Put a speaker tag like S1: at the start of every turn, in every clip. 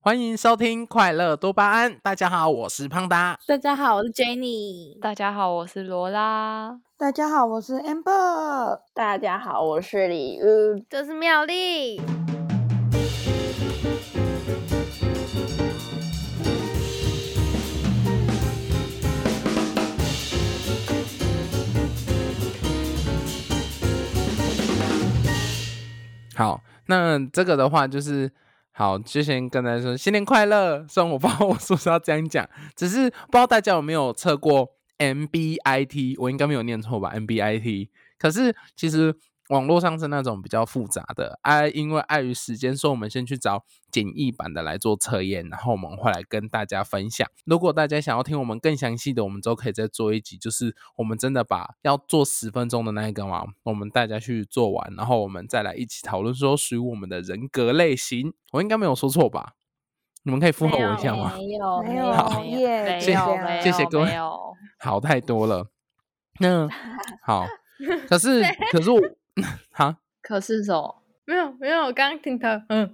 S1: 欢迎收听《快乐多巴胺》。大家好，我是胖达。
S2: 大家好，我是 Jenny。
S3: 大家好，我是罗拉。
S4: 大家好，我是 Amber。
S5: 大家好，我是李乌。
S2: 这是妙丽。
S1: 好，那这个的话就是。好，就先跟大家说新年快乐。虽然我不知道我是不是要这样讲，只是不知道大家有没有测过 MBIT，我应该没有念错吧？MBIT。可是其实网络上是那种比较复杂的，哎、因为碍于时间，所以我们先去找简易版的来做测验，然后我们会来跟大家分享。如果大家想要听我们更详细的，我们之后可以再做一集，就是我们真的把要做十分钟的那一个嘛，我们大家去做完，然后我们再来一起讨论说属于我们的人格类型。我应该没有说错吧？你们可以附和我一下吗？
S5: 没有，
S4: 没
S5: 有，
S1: 好
S4: 有
S6: 哎
S4: 耶，
S3: 哦没
S1: 谢
S3: 有，
S4: 这样
S6: 啊
S3: 没有，
S1: 谢谢各位
S3: 没 有。
S1: 好太多了。那好，可是可是我 哈，
S3: 可是什么？
S2: 没有没有，我刚刚听到，嗯，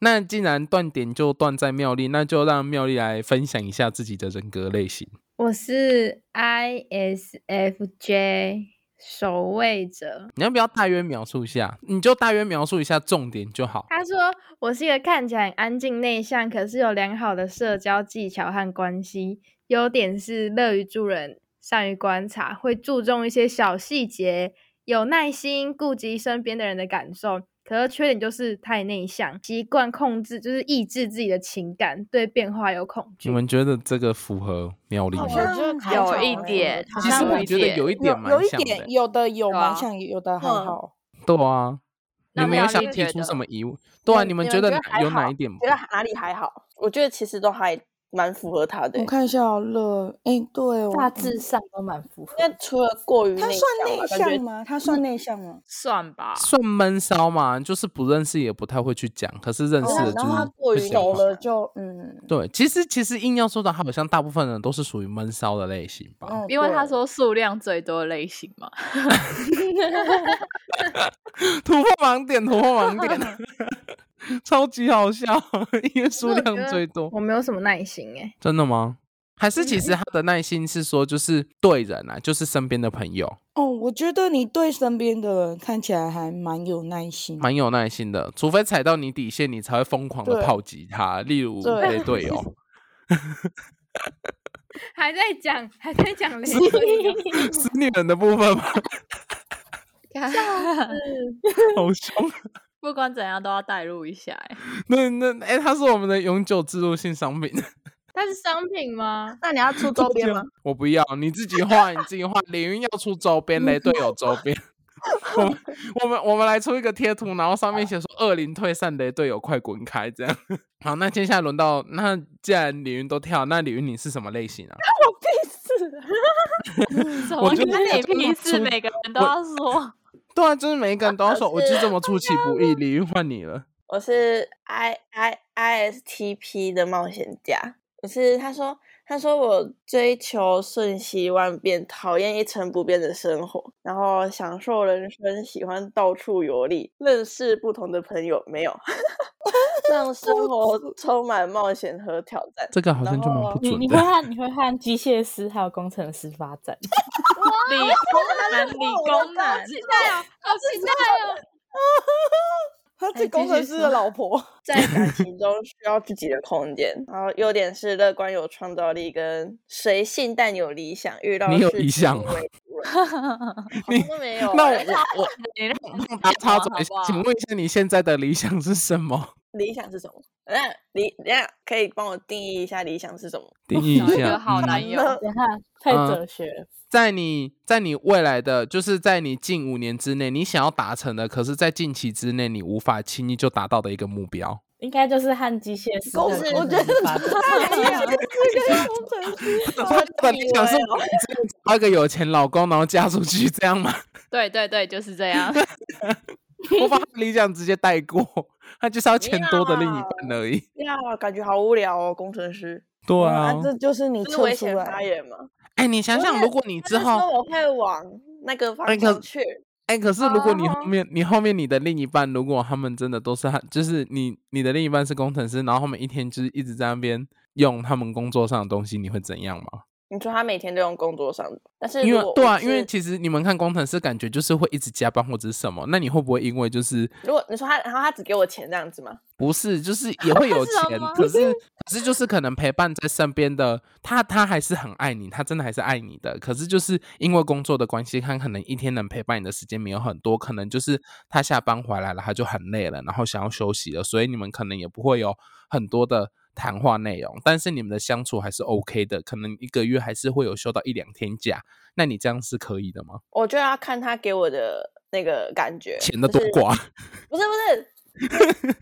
S1: 那既然断点就断在妙丽，那就让妙丽来分享一下自己的人格类型。
S2: 我是 ISFJ 守卫者。
S1: 你要不要大约描述一下？你就大约描述一下重点就好。
S2: 他说我是一个看起来很安静内向，可是有良好的社交技巧和关系，优点是乐于助人、善于观察，会注重一些小细节，有耐心，顾及身边的人的感受。可是缺点就是太内向，习惯控制，就是抑制自己的情感，对变化有恐惧。
S1: 你们觉得这个符合妙丽吗
S4: 哦好？
S3: 我觉
S4: 像
S3: 得
S4: 还
S3: 有
S4: 好
S3: 一
S6: 啊
S4: 欸
S3: 点
S4: 好
S1: 其
S4: 像
S1: 实
S3: 有
S1: 我
S3: 一
S1: 觉得
S3: 点
S1: 有一点蛮
S4: 有一
S1: 像的
S4: 点，。有的有
S3: 对
S4: 蛮
S3: 啊
S4: 像，有的还
S3: 嗯
S4: 好。
S1: 对啊，你
S3: 那
S1: 们有
S3: 妙
S1: 想
S3: 丽
S1: 提
S3: 觉
S1: 出
S3: 得
S1: 什么疑问？对啊，
S5: 你
S1: 你们
S5: 你
S1: 觉得
S5: 们觉得
S1: 哪
S5: 还
S1: 有哪
S5: 好
S1: 一点吗
S5: 觉？得哪里还好？我觉得其实都还蛮符合他的欸、
S4: 我看一下好了，哎，对，我
S5: 大
S4: 致
S5: 上
S4: 都蛮符合。
S5: 因为除了过于
S4: 他
S5: 内
S4: 算
S5: 向
S4: 内
S5: 吧，感
S4: 向
S5: 觉
S4: 吗？他算内向吗？
S3: 算吧，
S1: 算闷骚嘛，就是不认识也不太会去讲，可是认识
S4: 对啊
S1: 了就
S4: 然
S1: 是
S4: 后他
S5: 过
S1: 会
S5: 于
S1: 讲
S5: 懂
S4: 有
S1: 话
S5: 了
S4: 了就嗯
S1: 对，其实其实硬要说的话，好像大部分人都是属于闷骚的类型吧。
S2: 哦
S4: 嗯，
S3: 因为他
S4: 对
S3: 说数量最多的类型嘛。
S1: 突破盲点，突破盲点， 超级好笑，因为数
S2: 我觉
S1: 量
S2: 得嗯
S1: 最多。
S2: 我没有什么耐心欸诶、
S1: 真的吗？还是其实他的耐心是说，就是对人啊，就是身边的朋友，
S4: 哦，我觉得你对身边的人看起来还蛮有耐
S2: 嗯
S4: 心。
S1: 蛮有耐心的，除非踩到你底线，你才会疯狂的
S4: 对
S1: 炮击他。例如
S4: 对
S1: 被队友，
S2: 还在讲，还在 讲雷 鬼
S1: 是女人的部分吗？好凶！
S3: 不管怎样都要带入一下欸。
S1: 那那哎、他是我们的永久植入性商品，
S2: 它是商品吗？
S5: 那你要出周 边吗？
S1: 我不要，你自己画，你自己画。李云要出周边嘞，队友周边。我们我们我们来出一个贴图，然后上面写说“恶灵退散，雷队友快滚开”这样。 好，那接下来轮到那，既然李云都跳，那李云你是什么类型啊？
S4: 啊
S6: 嗯
S3: 什
S1: 我
S3: 么
S1: 觉得
S3: 跟
S1: 这
S3: 你
S1: 个
S3: 屁事？
S1: 出
S3: 每个人都
S1: 我
S3: 要说。
S1: 对啊，就是每一个人都要说，我就这么出其不意。李云换你了，
S5: 我是 I I I S T P 的冒险家。我是他说，他说我追求瞬息万变，讨厌一成不变的生活，然后享受人生，喜欢到处游历，认识不同的朋友，没有 让生活充满冒险和挑战。
S1: 这个好像就蛮不
S5: 然
S6: 你
S1: 准
S6: 你会
S1: 的。
S6: 和你会和机械师还有工程师发 展，
S3: 理工男，理工男，啊
S2: 好期待哦！
S4: 他
S3: 哎
S4: 是工
S3: 继
S4: 程
S3: 续
S4: 师
S3: 说
S4: 的老婆，
S5: 在感情中需要自己的空间，然后优点是乐观、有创造力跟随性，但有理想。遇到
S1: 你有
S5: 事
S1: 理
S5: 情
S1: 想
S5: 不
S1: 吗
S5: 为所动好像都没有
S1: 那
S5: 欸，
S1: 我我
S3: 你让
S1: 我帮他插嘴，请问一下，你现在的理想是什么？
S5: 理想是什么？那理那可以帮我定义一下理想是什么？
S1: 定义一
S3: 我觉
S1: 下。
S3: 得好
S1: 嗯
S3: 哦难有。
S6: 你看太
S1: 嗯
S6: 哲学了。
S1: 在你在你未来的，就是在你近五年之内，你想要达成的，可是，在近期之内你无法轻易就达到的一个目标。
S6: 应该就是和机械师还有
S5: 工
S6: 工
S5: 程
S6: 程师
S5: 师
S6: 发展，
S4: 啊
S1: 他的理想是
S5: 哦
S1: 我只有找到一个有钱老公，然后嫁出去，这样吗？
S3: 对对对，就是这 样。
S1: 我把他的理想直接带过，他就是要钱多的另一半而已。
S5: 呀，感觉好无聊哦，工程师，
S1: 对
S4: 哇
S1: 啊，
S4: 这就是你
S5: 这是
S4: 测
S5: 危
S4: 出
S5: 险发
S4: 来。
S5: 言吗？
S1: 哎、你想
S5: 我
S1: 想，
S5: 也
S1: 如果你
S5: 他
S1: 之
S5: 是
S1: 后
S5: 说我会往那个
S1: 哎
S5: 方
S1: 可
S5: 向去，
S1: 哎，可是如果你后
S2: 哦
S1: 面你后面你的另一半，如果他们真的都是他，就是你你的另一半是工程师，然后他们一天就是一直在那边用他们工作上的东西，你会怎样吗？
S5: 你说他每天都用工作上的，但是
S1: 因
S5: 如
S1: 为
S5: 果
S1: 对啊，
S5: 我
S1: 因为
S5: 是
S1: 其实你们看工程师，感觉就是会一直加班或者是什么，那你会不会因为就是
S5: 如果你说他，然后他只给我钱这样子吗？
S1: 不是就是也会 有
S3: 是
S5: 啊
S3: 这样
S1: 钱
S3: 吗，
S1: 可是可是就是可能陪伴在身边的他，他还是很爱你，他真的还是爱你的，可是就是因为工作的关系，他可能一天能陪伴你的时间没有很多，可能就是他下班回来了，他就很累了，然后想要休息了，所以你们可能也不会有很多的。谈话内容，但是你们的相处还是 OK 的，可能一个月还是会有休到一两天假，那你这样是可以的吗？
S5: 我就要看他给我的那个感觉，
S1: 钱的
S5: 就
S1: 多
S5: 是
S1: 寡。
S5: 不是 不是就是，就是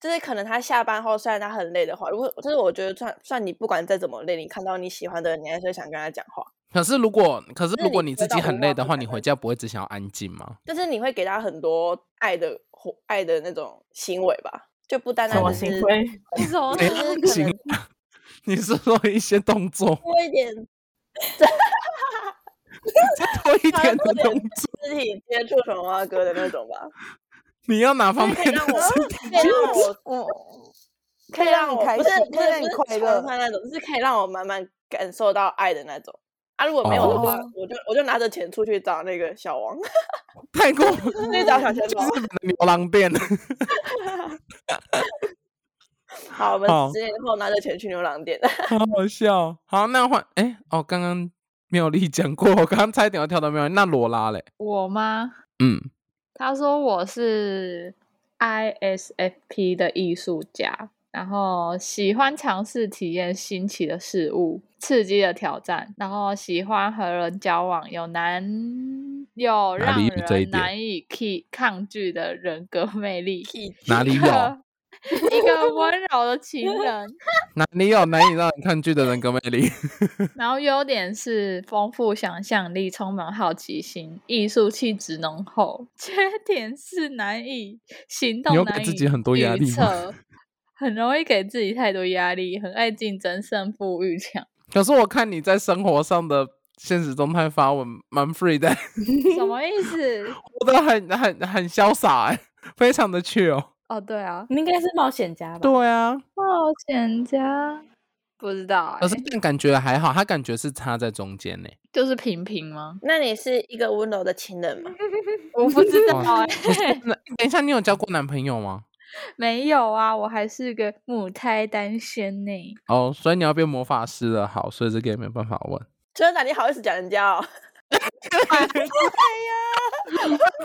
S5: 就是可能他下班后，虽然他很累的话，如果就是我觉得算算你不管再怎么累，你看到你喜欢的人，你还是会想跟他讲话，
S1: 可是如果可是
S5: 就是
S1: 如果
S5: 你
S1: 你
S5: 回
S1: 自
S5: 到
S1: 己
S5: 无
S1: 很
S5: 话
S1: 累
S5: 不
S1: 的话，
S5: 谈
S1: 你
S5: 的
S1: 回家不会只想要安静吗？
S5: 就是你会给他很多爱的活爱的那种行为吧，就不单单
S6: 什么
S5: 只
S6: 行
S5: 是
S6: 为？
S3: 为什么
S5: 就
S1: 哎
S5: 是哦 可能
S1: 行啊，你是说一些动作，
S5: 多一点
S1: 再多一
S5: 好
S1: 点
S5: 多
S1: 的
S5: 点
S1: 动作，
S5: 肢体接触什么啊哥的那种吧，
S1: 你要哪方
S5: 就是
S1: 面
S5: 可以
S1: 的
S5: 让我
S1: 肢体
S5: 可以让我
S4: 嗯，
S5: 可以
S4: 让
S5: 让
S4: 你
S5: 我
S4: 开
S5: 不是
S4: 心
S5: 不
S4: 可以
S5: 是
S4: 让你
S5: 不
S4: 快
S5: 是
S4: 乐
S5: 床上那种，是可以让我慢慢感受到爱的那种。啊，如果没有的话，
S4: 哦
S5: 我就我就拿着钱出去找那个小王， 出
S1: 太过分
S5: 去找 小钱
S1: 就
S5: 包
S1: 是。牛郎店。
S5: 好，我们
S1: 好
S5: 十年后拿着钱去牛郎店。
S1: 好好笑。好，那换哎、哦，刚刚妙丽讲过，我刚刚差一点要跳到妙丽，那罗拉嘞，
S3: 我吗？
S1: 嗯，
S3: 他说我是 ISFP 的艺术家，然后喜欢尝试体验新奇的事物、刺激的挑战，然后喜欢和人交往，有难有
S1: 哪
S3: 让
S1: 里有这一点
S3: 人难以抗抗拒的人格魅力，
S1: 哪里
S5: 啊
S1: 有
S3: 一个温柔的情人，
S1: 哪里有难以让人抗拒的人格魅力？
S3: 然后优点是丰富想象力，充满好奇心，艺术气质浓厚。缺 点是难以行动
S1: 你有给
S3: 难以
S1: 自己很多压
S3: 预
S1: 力吗
S3: 测很容易给自己太多压力，很爱竞争，胜负欲 强。
S1: 可是我看你在生活上的现实中态发文蛮 free 的。
S3: 什么意思？
S1: 活得很很很潇洒、欸， 非常的 chill。
S3: 哦，对啊，
S6: 你应该是冒险家吧？
S1: 对啊，
S3: 冒险家不知道、
S1: 可
S3: 欸
S1: 是，但感觉还好，他感觉是插在中间呢、欸
S3: 就是平平吗？
S5: 那你是一个温柔的情人吗？
S3: 我不知道
S1: 哇
S3: 哎、
S1: 那等一下，你有交过男朋友吗？
S3: 没有啊，我还是个母胎单身呢、
S1: 哦，所以你要变魔法师了，好，所以这个也没办法问。
S5: 真的，你好意思讲人家 哦？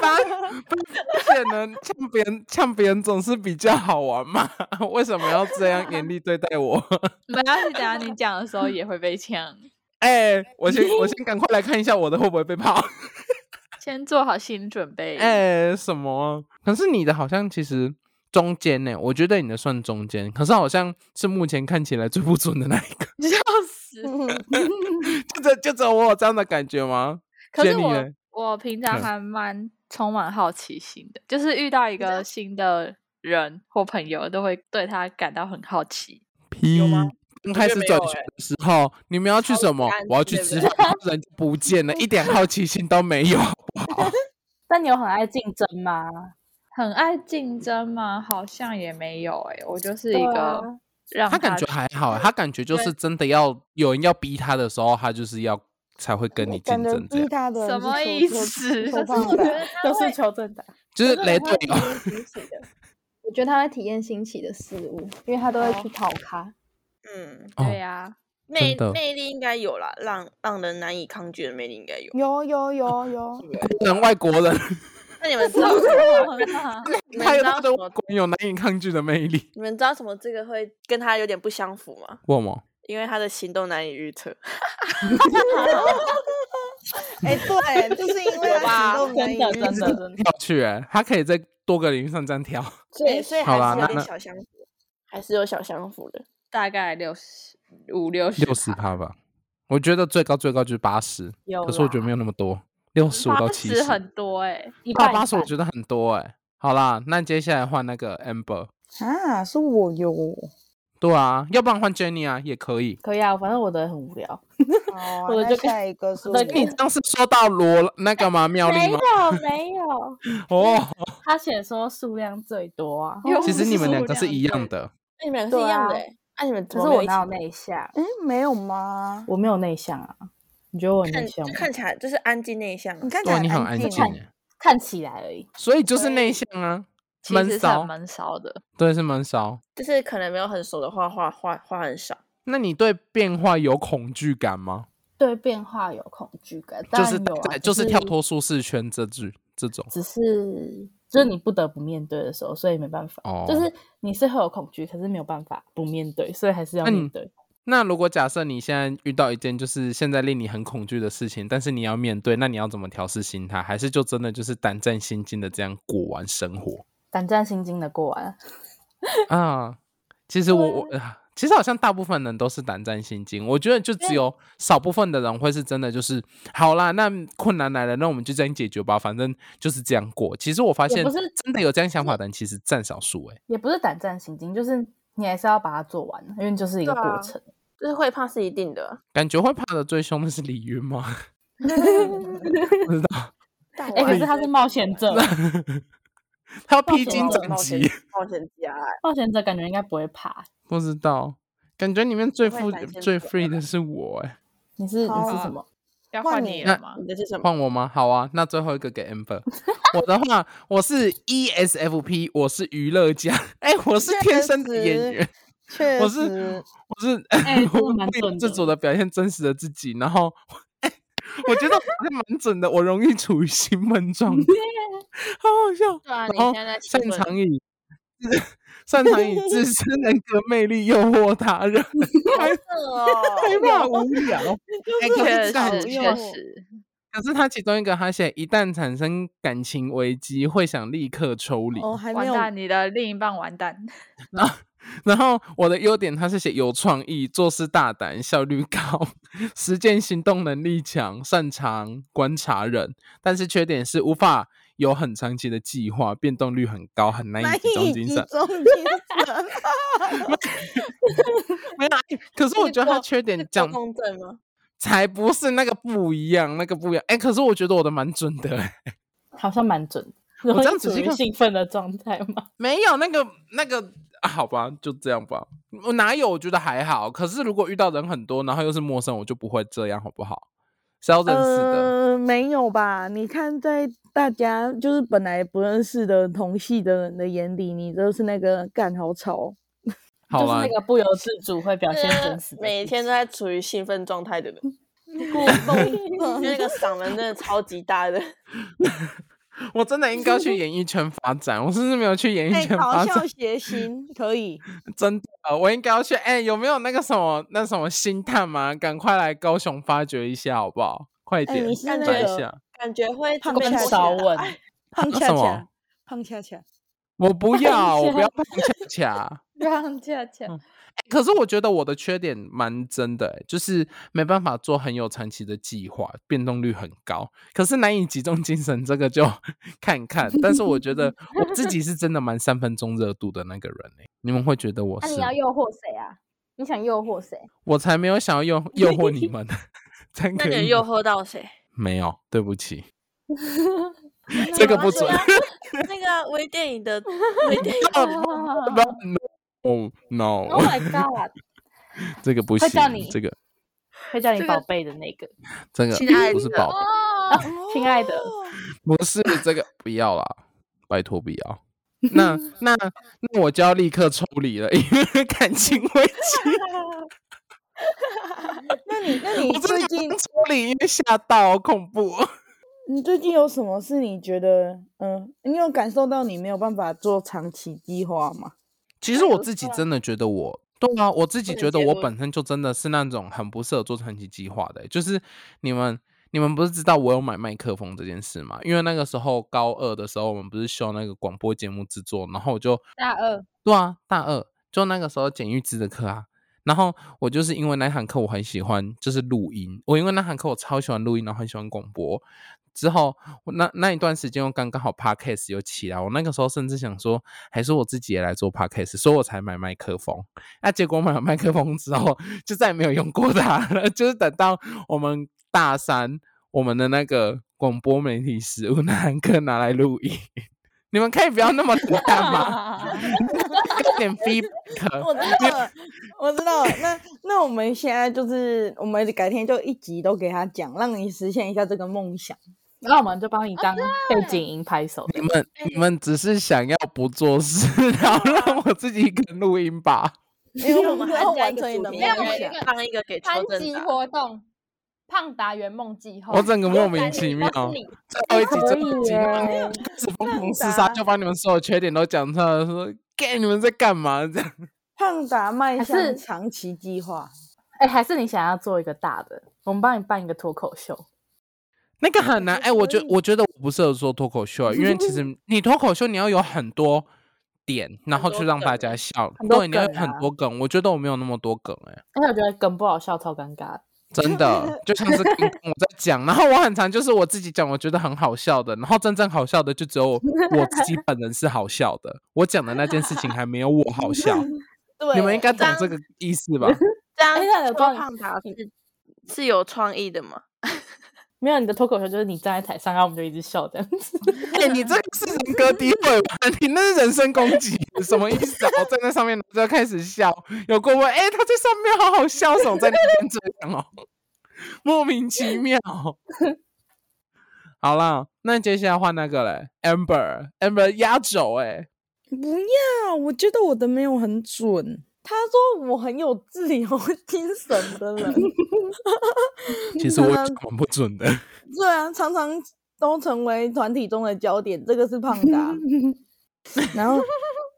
S1: 发显然呛别人，呛别人总是比较好玩嘛， 为什么要这样严厉对待我？
S3: 没关系，等下你讲的时候也会被呛。
S1: 哎、我 先我先赶快来看一下我的会不会被泡。
S3: 先做好心理准备。
S1: 哎、什么？可是你的好像其实中间呢、我觉得你的算中间，可是好像是目前看起来最不准的那一个，
S3: 笑死！
S1: 嗯
S5: 嗯
S1: 就这就只有我有这样的感觉吗？
S3: 可是
S1: Jenny
S3: 我
S1: 呢
S3: 我平常
S1: 嗯
S3: 还蛮充满好奇心的，就是遇到一
S1: 啊
S3: 个新的人或朋友，都会对他感到很好奇。
S1: 屁
S5: 有吗！
S1: 刚开始
S5: 没
S1: 转
S5: 有
S1: 学
S5: 欸
S1: 的时候，你们要去
S5: 超
S1: 什么
S5: 干？
S1: 我要
S5: 净
S1: 去
S5: 对
S1: 吃
S5: 不
S1: 饭，然后人就不见了，一点好奇心都没 有。
S6: 但你有很爱竞争吗？
S3: 很爱
S1: 嗯
S3: 竞争吗？好像也没有诶、我就是一
S6: 对啊
S3: 个让
S1: 他感觉
S3: 去
S1: 还好欸，他感觉就是真的要有人要逼他的时候，他就是要才会跟你竞
S4: 感觉
S1: 争这
S4: 逼
S1: 样。
S4: 他的人
S3: 什
S4: 是
S3: 么
S4: 求
S3: 意
S4: 救
S3: 思
S4: 求
S3: 可是
S4: 棒
S2: 我觉
S4: 的
S2: 得他
S6: 都
S2: 会
S6: 是求正的。
S1: 就是
S2: 可是
S1: 雷
S2: 他
S1: 队
S2: 会
S1: 友
S2: 体，验新奇的。我觉得他会体验新奇的事物，因为他都会
S4: 哦
S2: 去考咖。
S5: 嗯，
S1: 哦
S3: 对呀、
S5: 魅
S1: 的
S5: 魅力应该有啦，让让人难以抗拒的魅力应该有。
S4: 有有有有，
S1: 人外国人，
S5: 那你们 知道什么？ 你们
S1: 他有
S5: 知
S1: 他
S5: 道
S1: 的
S5: 什
S1: 外
S5: 么？
S1: 国人有难以抗拒的魅力。
S5: 你们知道什么？这个会跟他有点不相符吗？
S1: 问我。
S5: 因为他的行动难以预 测。
S4: 哎，对，就是因为他行动难以
S6: 真
S4: 预
S6: 的真的
S4: 测
S6: 真的，
S1: 跳去、欸，他可以在多个领域上这样跳。
S5: 所 以所以
S1: 好啦
S5: 还是有
S1: 那
S5: 点
S1: 那
S5: 小相符，还是有小相符的。
S3: 大概六十五六十
S1: 六十
S5: 啊
S1: 趴吧，我觉得最高最高就是八十，
S6: 有
S1: 可是我觉得
S6: 啦
S1: 没有那么多，六十五到七
S3: 十很多诶、
S6: 一
S1: 到
S6: 半
S1: 八十我
S6: 半
S1: 觉得很欸多哎、好啦，那接下来换那个 Amber，
S4: 啊，是我有，
S1: 对对啊，要不然换 Jenny 啊也可以。
S6: 可以啊，反正我的很无聊。
S4: 好啊，
S6: 我的
S4: 那
S6: 就跟
S4: 下一个是
S6: 我的
S4: 我
S6: 跟你
S1: 当时说到罗那个吗？妙丽
S6: 没
S1: 吗？
S6: 有没有，
S1: 哦，
S6: 他写说数量最多啊，
S3: 又
S1: 其实你们两个是一样
S3: 的，
S1: 的，
S5: 那你们两个是一
S6: 对
S5: 样的
S6: 啊
S5: 欸，那你们怎
S6: 可
S5: 么
S6: 是
S5: 没有
S6: 我
S5: 一起
S6: 哪有内向？
S4: 嗯，没有吗？
S6: 我没有内向啊。你觉得我很内
S5: 看
S6: 向
S5: 就
S6: 吗？
S5: 看起来就是安静内向啊，
S4: 你看起
S1: 对
S4: 来
S1: 啊，你很安
S4: 静
S1: 静
S4: 哦，
S1: 耶，
S6: 看起来而已。
S1: 所以就是内向啊，
S3: 其
S1: 闷
S3: 实是
S1: 骚
S3: 很闷骚的。
S1: 对，是闷骚。
S5: 就是可能没有很熟的话，话话话很少。
S1: 那你对变化有恐惧感吗？
S6: 对变化有恐惧感，当
S1: 就
S6: 然
S1: 是
S6: 有啊，
S1: 在
S6: 只
S1: 就是跳脱，舒适圈这句这种
S6: 只是就是你不得不面对的时候，所以没办法。
S1: 哦。
S6: 就是你是会有恐惧，可是没有办法不面对，所以还是要
S1: 那你
S6: 面对。
S1: 那如果假设你现在遇到一件就是现在令你很恐惧的事情，但是你要面对，那你要怎么调试心态？还是就真的就是胆战心惊的这样过完生活
S6: 胆战心惊的过完，
S1: 啊？其实我我、啊其实好像大部分人都是胆战心惊，我觉得就只有少部分的人会是真的就是好啦，那困难来了，那我们就这样解决吧，反正就是这样过。其实我发
S6: 也
S1: 现
S6: 不是
S1: 真的有这样想法的人，其实占少数哎、
S6: 也不是胆战心惊，就是你还是要把它做完，因为就是一个
S5: 对啊
S6: 过程。
S5: 就是会怕是一定 的，
S1: 感觉会怕的最凶的是李云吗？
S5: 但我
S6: 哎、可
S5: 还
S6: 是他是冒险者，
S1: 他要
S6: 冒
S1: 披
S6: 险
S1: 荆
S6: 者
S1: 斩
S5: 冒险
S1: 棘。
S5: 冒险家欸，
S6: 冒险者感觉应该不会怕。
S1: 不知道，感觉里面最
S5: 会
S1: 富
S5: 展现
S1: 最
S5: 出来
S1: free 的是我哎、
S6: 你是、
S4: 好
S6: 你
S4: 啊
S6: 是什么？
S3: 要
S4: 换
S3: 换
S4: 你
S3: 你了
S1: 那
S3: 吗？
S5: 你的是什么？
S1: 换我吗？好啊，那最后一个给 Amber。我的话，我是 E ESFP，我是娱乐家，哎、我是天生的演员，
S4: 确
S1: 我 是
S4: 实，
S1: 我是，
S6: 哎 真的
S1: 我
S6: 蛮
S1: 不由
S6: 准
S1: 自
S6: 的
S1: 主的表现真实的自己，然后。哎我觉得我还蛮准的，我容易处于兴奋状态， 好好笑。
S5: 对啊，你
S1: 然后
S5: 现在在
S1: 擅
S5: 兴奋
S1: 长以擅长以自身人格魅力诱惑他人，
S5: 好 色哦
S1: 害怕无聊。哎、可
S3: 确
S1: 是这个很
S3: 实，
S1: 奇
S3: 确实，
S1: 可是他其中一个，他写一旦产生感情危机，会想立刻抽离。
S4: 哦，还没
S3: 完
S4: 有
S3: 蛋，你的另一半 完蛋。
S1: 然后我的优点，他是写有创意、做事大胆、效率高、 实践行动能力强、擅长观察人。但是缺点是无法有很长期的计划，变动率很高，很难
S4: 难
S1: 以集中
S4: 以
S1: 精
S4: 集
S1: 神。
S4: 中精 神。
S1: 没有啊，可是我觉得他缺点讲
S5: 做公正吗？
S1: 才不是那个不一样，那个不一样。哎，可是我觉得我的蛮准的、哎
S6: 好像蛮准的。
S1: 我这样
S6: 然后
S1: 仔细
S6: 处于
S1: 看
S6: 兴奋的状态吗？
S1: 没有那个那个、啊，好吧，就这样吧。我哪有？我觉得还好。可是如果遇到人很多，然后又是陌生，我就不会这样，好不好？是要认识的。
S4: 呃，没有吧？你看，在大家就是本来不认识的同系的人的眼里，你都是那个干好吵。
S1: 好啊
S6: 就
S1: 啦
S6: 是那，个不由自主会表现真实的自己。
S5: 啊每天都在处于兴奋状态的 人，过动，那个嗓门真的超级大的，
S1: 我真的应该 去演艺圈发展。我甚至没有去演艺圈发
S4: 哎搞
S1: 展，
S4: 笑谐星可以，
S1: 真的，我应该要去。哎、有没有那个什么那什么星探嘛？赶快来高雄发掘一下，好不好？快
S4: 哎、
S1: 点，
S4: 你是
S5: 感
S4: 那
S1: 来一
S4: 个
S1: 下。
S5: 感觉会
S4: 胖
S5: 被
S4: 恰
S5: 剥
S4: 恰
S6: 少
S5: 削
S6: 问，
S5: 哎
S4: 胖
S1: 啊
S4: 恰
S1: 什么
S4: 恰，胖恰恰，
S1: 我 不要，我不要
S6: 下
S1: 碰恰恰。
S3: 让恰恰
S1: 可是我觉得我的缺点蛮真的欸、就是没办法做很有长期的计划，变动率很高。可是难以集中精神，这个就 看看。但是我觉得 我自己是真的蛮三分钟热度的那个人、欸、你们会觉得我
S6: 那、
S1: 是哦
S6: 你
S1: 吗？
S6: 要诱惑谁啊？你想诱惑谁？
S1: 我才没有想要 诱诱惑你们，真
S5: 那
S1: 可
S5: 你
S1: 以
S5: 诱
S1: 吗
S5: 惑到谁？
S1: 没有，对不起，
S5: 那
S1: 这个
S5: 个
S1: 不
S5: 那
S1: 准
S5: 个啊。那个啊微电影 的微电影，
S1: 啊不要 no
S6: Oh
S1: no，
S6: my god！
S1: 这个不
S6: 会
S1: 行
S6: 叫你，
S1: 这个
S6: 会叫你
S5: 这个
S6: 宝贝的那个，
S1: 这个
S5: 亲爱
S1: 不是
S5: 的
S1: 宝贝，
S6: 啊亲爱的，
S1: 不 是这个，不要啦，拜托不要。 那那那我就要立刻抽离了，因 为感情危机，
S4: 那你那你
S1: 我真
S4: 最
S1: 的
S4: 近
S1: 不能抽离，因为吓到，好恐 怖哦。
S4: 你最近有什么是你觉得嗯，你有感受到你没有办法做长期计划 吗？
S1: 其实我自己真的觉得我，对啊，我自己
S5: 不能
S1: 觉得
S5: 结
S1: 我
S5: 论
S1: 本身就真的是那种很不适合做长期计划的欸、就是你们。你们不是知道我有买麦克风这件事吗？因为那个时候高二的时候，我们不是修那个广播节目制作，然后我就
S6: 大二
S1: 对啊，大二就那个时候简玉之的课啊，然后我就是因为那堂课我很喜欢，就是录音。我因为那堂课我超喜欢录音，然后很喜欢广播。之后我那那一段时间又刚刚好 podcast 又起来，我那个时候甚至想说，还是我自己也来做 podcast，所以我才买麦克风。那、结果买了麦克风之后，就再也没有用过它了。就是等到我们大三，我们的那个广播媒体实务那堂课拿来录音。 你们可以不要那么冷淡吗？有点 feedback。
S4: 我知道了，我知道了。那那我们现在就是，我们改天就一集都给他讲，让你实现一下这个梦想。
S6: 那我们就帮你当背景音拍手。
S1: 你们你们只是想要不做事，然后让我自己一个人录音吧。
S5: 因为我们
S4: 你
S5: 还
S4: 要
S5: 加
S4: 完
S5: 一个
S4: 成你
S5: 主
S4: 的
S5: 题，
S4: 梦
S5: 可以
S4: 想
S5: 放一个给邱
S6: 班
S5: 正
S6: 级
S5: 达。
S6: 活动，胖达圆梦计划。
S1: 我整个莫名
S6: 三
S1: 其
S6: 年
S1: 妙，
S6: 都是你
S1: 最
S6: 哎
S1: 后一集
S4: 可
S1: 真的
S4: 以
S1: 集
S4: 耶
S1: 开始疯狂厮
S4: 那
S1: 杀，
S6: 啊
S4: 你打
S1: 就把你们所有缺点都讲出来，说 gay 你们在干嘛？这样
S4: 胖达迈
S6: 还
S4: 向
S6: 是
S4: 长期计划，
S6: 哎、还是你想要做一个大的？我们帮你办一个脱口秀。
S1: 那个很难。哎、我觉
S4: 可以
S1: 我觉得我不适合说脱口秀，啊因为其 实你脱口秀你要有很多点，然后
S5: 多
S1: 去让大
S5: 梗
S1: 家笑。
S6: 很多
S1: 对，你要有
S6: 梗
S1: 很
S6: 啊
S1: 多梗。我觉得我没有那么多梗、哎。
S6: 而且我觉得梗不好笑，超尴尬的。
S1: 真的，就像是刚刚我在讲，然后我很常就是我自己讲，我觉得很好笑的，然后真正好笑的就只有我自己本人是好笑的，我讲的那件事情还没有我好笑，
S4: 对，
S1: 你们应该懂
S5: 当
S1: 这个意思吧？
S5: 这样
S6: 哎那有
S5: 邱
S6: 关于
S5: 胖达是是有创意的吗？
S6: 没有你的脱口秀，就是你站在台上，然后我们就一直笑这样子。
S1: 哎、你这个是人格诋毁吧？ 你那是人身攻击，什么意思啊？我站在上面就要开始笑，有过问，哎、他在上面好好笑，哦什么在那边这样哦，莫名其妙。哦好啦，那接下来换那个嘞，Amber，Amber 压轴哎、
S4: 不要，我觉得我的没有很准。他说我很有自由 精神的人，
S1: 其实我也
S4: 那
S1: 蛮不准 的。
S4: 对啊，常常都成为团体中的焦点，这个是胖达。然后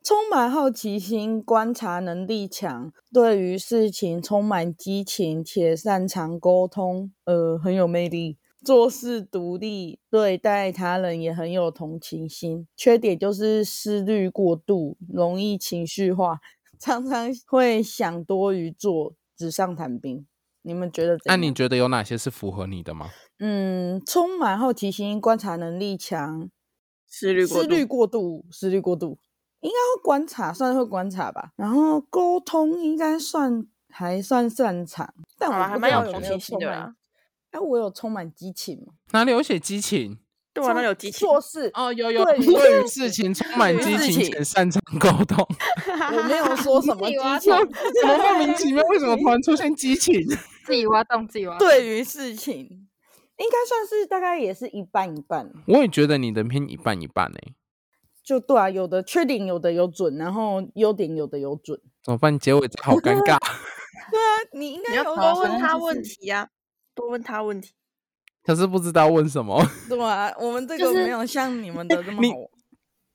S4: 充满好奇心，观察能力强，对于事情充满激情且擅长沟通，呃，很有魅力。做事独立，对待他人也很有同情心。缺点就是思虑过度，容易情绪化，常常会想多于做，纸上谈兵。你们觉得怎
S1: 那、
S4: 样？
S1: 你觉得有哪些是符合你的吗？
S4: 嗯，充满好奇心，观察能力强，
S5: 思虑过
S4: 思
S5: 度
S4: 虑过度，思虑过度，应该会观察，算会观察吧。然后沟通应该算还算擅长，但
S5: 好啦
S4: 我
S5: 还
S4: 不
S5: 蛮
S4: 知
S5: 有
S4: 道有
S5: 同
S4: 没
S5: 情
S4: 有
S5: 心
S4: 充
S5: 的
S4: 满
S5: 啦。。
S4: 哎，我有充满激情吗？
S1: 哪里有写激情？
S5: 对啊，那
S4: 充
S5: 有激情，
S4: 做事，
S1: 哦，有有，
S4: 对于
S1: 对于事情充满
S4: 对于
S1: 激
S4: 事
S1: 情
S4: 情
S1: 且擅长沟通。
S4: 我没 有说什么
S6: 自己
S4: 激
S5: 啊
S6: 挖
S4: 情，
S6: 洞
S1: 怎么莫名其妙？为什么突然出现激情？
S6: 自己挖洞，自己 挖。，
S4: 对于事情应该算是大概也是一半一半。
S1: 我也觉得你的偏一半一半欸呢、
S4: 就对啊，有的缺点有的有准，然后优点有的有准。
S1: 怎么办？结尾这好尴尬。
S4: 对啊，你应该
S5: 你要
S4: 有
S5: 多
S4: 准
S5: 问他
S4: 就是
S5: 问题呀、多问他问题。
S1: 可是不知道问什么，
S4: 对啊，我们这
S6: 就
S4: 个没
S6: 是
S4: 有像你们的这么
S1: 你
S4: 好玩。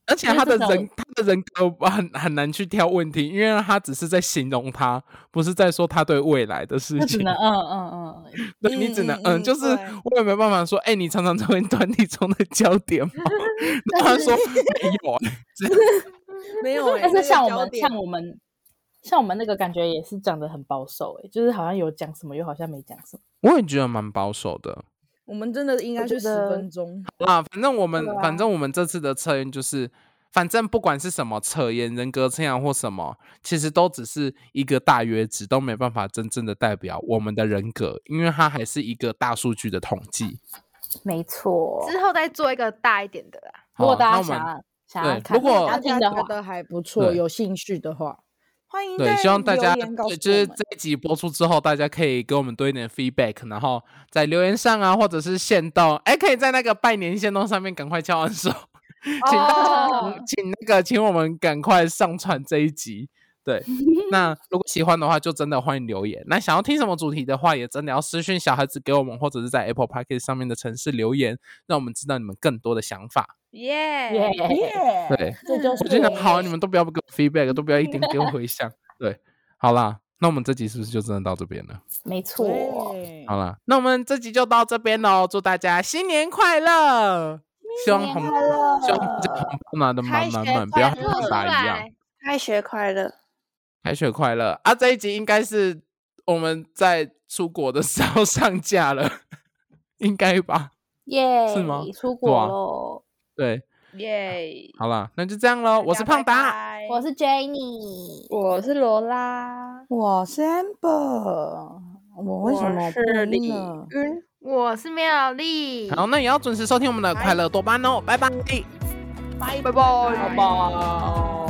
S1: 而且
S6: 因为
S1: 他的
S6: 这种
S1: 人他的人格很很难去挑问题，因为他只是在形容他，不是在说他对未来的事
S6: 就只
S1: 情。
S6: 能嗯嗯嗯，
S1: 对你只能
S4: 嗯嗯
S1: 嗯，
S4: 嗯
S1: 就是
S4: 对
S1: 我也没办法说，哎、你常常成为团体中的焦点吗？然后他说没有、哎
S4: 没有、欸，
S6: 但
S4: 那个
S6: 是像我
S4: 焦
S6: 们
S4: 点
S6: 像我们像我们那个感觉也是讲的很保守诶、就是好像有讲什么，又好像没讲什么。
S1: 我也觉得蛮保守的
S4: 我们真的应该
S6: 觉
S4: 是十
S6: 得
S4: 分钟，
S1: 啊。反正我们、反正我们这次的测验就是，反正不管是什么测验、人格测验啊或什么，其实都只是一个大约值，都没办法真正的代表我们的人格，因为它还是一个大数据的统计。
S6: 没错
S2: 之后再做一个大一点的啦。
S6: 如
S1: 好啊
S6: 果大
S1: 那
S6: 家
S1: 我们
S6: 想要想要
S1: 对
S6: 看，
S1: 如果
S6: 哦想要
S4: 大
S6: 听
S4: 家
S6: 的
S4: 觉
S6: 话，
S4: 得还不错，
S1: 对
S4: 有兴趣的话，欢迎
S1: 对，
S4: 在
S1: 希望大
S4: 留
S1: 家
S4: 言告
S1: 对
S4: 诉
S1: 就是
S4: 我
S1: 这
S4: 们
S1: 一集播出之后，大家可以给我们多一点 feedback，然后在留言上啊，或者是线动，哎，可以在那个拜年线动上面赶快敲完手， 请大家、
S6: 哦
S1: 请那个请我们赶快上传这一集。 对，那如果喜欢的话，就真的欢迎留言。那想要听什么主题的话，也真的要私讯小孩子给我们，或者是在 Apple p a c k e t 上面的城市留言，让我们知道你们更多的想法。
S2: 耶、
S6: 耶，
S4: 耶，
S1: 对，
S4: 这就是
S1: 我就想，
S4: 我
S1: 好，你们都不要给我 feedback，都不要一点给我回 响。对，好啦，那我们这集是不是就真的到这边了？
S6: 没错，
S4: 对
S1: 好
S2: 嗯
S1: 啦，那我们这集就到这边喽，祝大家新年快乐！希望红，希望这红包拿的满满满，不要
S2: 开学
S1: 像
S2: 快乐
S1: 打一样。
S5: 开学快乐！
S1: 开学快乐啊！这一集应该是我们在出国的时候 上架了，应该吧？
S7: 耶、
S1: 是吗
S7: 出
S1: 对
S7: 国
S1: 啊
S7: 喽！
S1: 对，
S3: 耶！
S1: 好啦，那就这样喽。我是胖达，
S3: 拜拜
S7: 我是 Jenny，
S3: 我是罗拉，
S4: 我是 Amber，我为什么
S5: 我
S4: 不
S5: 是李
S4: 呢？
S5: 云。
S2: 我是妙丽，
S1: 好，那也要准时收听我们的快乐多巴胺哦，拜拜。
S3: 拜拜拜拜。